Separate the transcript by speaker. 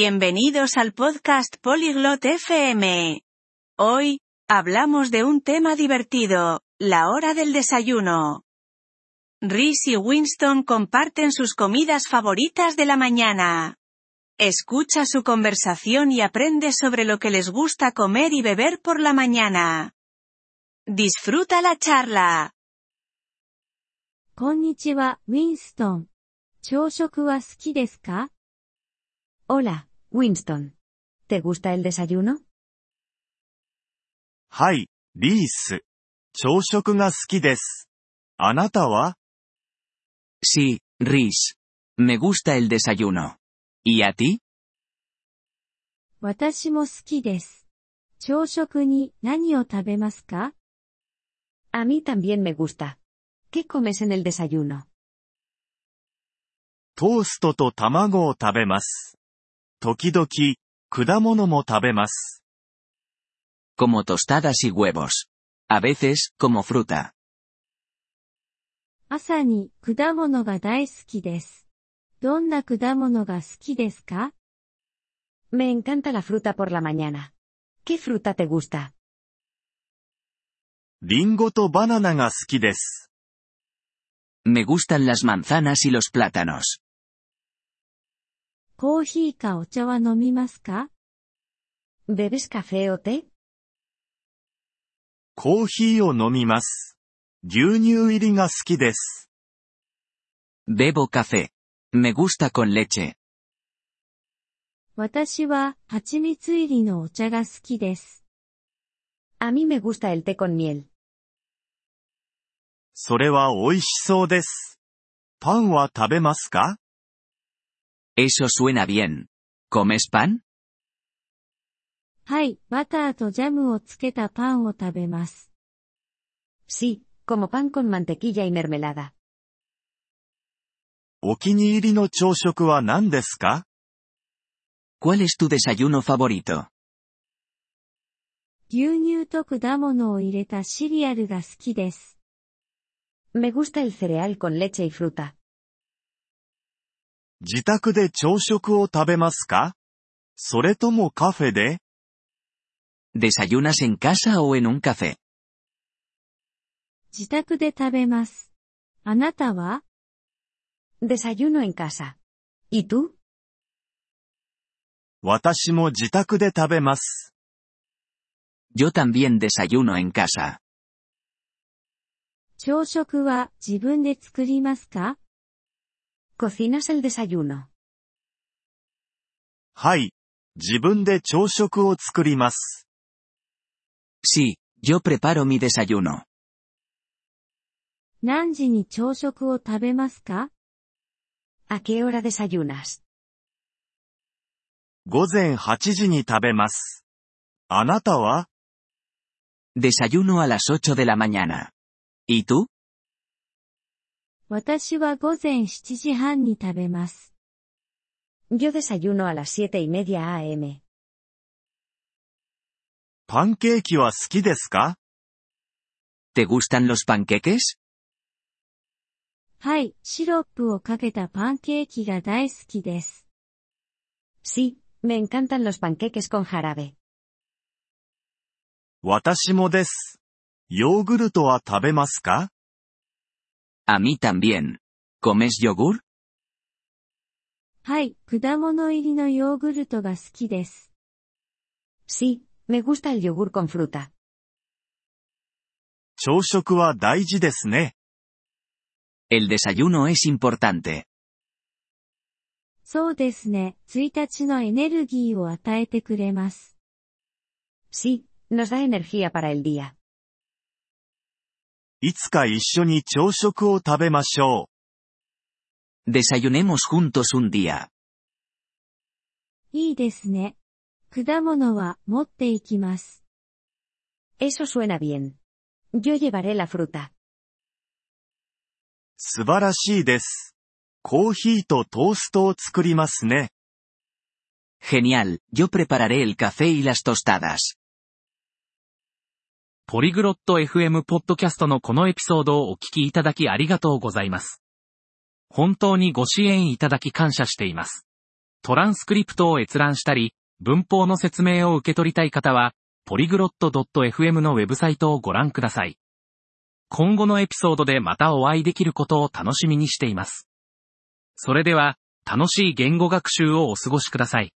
Speaker 1: Bienvenidos al podcast Polyglot FM. Hoy, hablamos de un tema divertido, la hora del desayuno. Rhys y Winston comparten sus comidas favoritas de la mañana. Escucha su conversación y aprende sobre lo que les gusta comer y beber por la mañana. Disfruta la charla.
Speaker 2: こんにちは、ウィンストン。朝食は好きですか
Speaker 3: Hola, Winston. ¿Te gusta el desayuno?
Speaker 4: はい、リース。朝食が好きです。あなたは
Speaker 5: Sí, Rhys. Me gusta el desayuno. ¿Y a ti?
Speaker 2: 私も好きです。朝食に何を食べますか
Speaker 3: A mí también me gusta. ¿Qué comes en el desayuno?
Speaker 4: トーストと卵を食べます。時々、果物も食べます。
Speaker 5: Como tostadas y huevos. A veces, como fruta.
Speaker 2: 朝に果物が大好きです。どんな果物が好きですか
Speaker 3: Me encanta la fruta por la mañana. ¿Qué fruta te gusta?
Speaker 4: リンゴとバナナが好きです。
Speaker 5: Me gustan las manzanas y los plátanos.
Speaker 2: コーヒーかお茶は飲みますか
Speaker 3: ¿Bebes café o té?
Speaker 4: コーヒーを飲みます。牛乳入りが好きです。
Speaker 5: Bebo café. Me gusta con leche.
Speaker 2: 私は蜂蜜入りのお茶が好きです。
Speaker 3: A mí me gusta el té con miel.
Speaker 4: それは美味しそうです。パンは食べますか
Speaker 5: Eso suena bien. ¿Comes pan?
Speaker 2: はい、バターとジャムをつけたパンを食べます。
Speaker 3: Sí, como pan con mantequilla y mermelada.
Speaker 4: お気に入りの朝食は何ですか
Speaker 5: ¿Cuál es tu desayuno favorito?
Speaker 2: 牛乳と果物を入れたシリアルが好きです。
Speaker 3: Me gusta el cereal con leche y fruta.
Speaker 4: 自宅で朝食を食べますかそれともカフェで
Speaker 5: ¿Desayunas en casa o en un café?
Speaker 2: 自宅で食べます。あなたは
Speaker 3: Desayuno en casa. ¿Y tú?
Speaker 4: 私も自宅で食べます。
Speaker 5: Yo también desayuno en casa.
Speaker 2: 朝食は自分で作りますか
Speaker 3: ¿Cocinas el desayuno?
Speaker 4: はい。自分で朝食を作ります。
Speaker 5: Sí, yo preparo mi desayuno.
Speaker 2: 何時に朝食を食べますか
Speaker 3: ¿A qué hora desayunas?
Speaker 4: 午前8時に食べます。あなたは
Speaker 5: Desayuno a las 8 de la mañana. ¿Y tú?
Speaker 2: 私は午前7時半に食べます。
Speaker 3: Yo desayuno a las siete y media a.m.
Speaker 4: パンケーキは好きですか
Speaker 5: ¿Te gustan los panqueques?
Speaker 2: はい、シロップをかけたパンケーキが大好きです。
Speaker 3: Sí, me encantan los panqueques con jarabe.
Speaker 4: 私もです。ヨーグルトは食べますか
Speaker 5: A mí también. ¿Comes yogur?
Speaker 2: はい、果物入りのヨーグルトが好きです。
Speaker 3: Sí, me gusta el yogur con fruta.
Speaker 4: 朝食は大事ですね。
Speaker 5: El desayuno es importante.
Speaker 2: そうですね、1日のエネルギーを与えてくれます。
Speaker 3: Sí, nos da energía para el día.
Speaker 4: いつか一緒に朝食を食べましょ
Speaker 5: Desayunemos juntos un día.
Speaker 2: いいですね。果物は持っていきます。
Speaker 3: Eso suena bien. Yo llevaré la fruta.
Speaker 4: う。素晴らしいです。コーヒーとトーストを作りますね。
Speaker 5: Genial, yo prepararé el café y las tostadas.
Speaker 6: ポリグロット FM ポッドキャストのこのエピソードをお聞きいただきありがとうございます。本当にご支援いただき感謝しています。トランスクリプトを閲覧したり、文法の説明を受け取りたい方は、polyglot.fm のウェブサイトをご覧ください。今後のエピソードでまたお会いできることを楽しみにしています。それでは、楽しい言語学習をお過ごしください。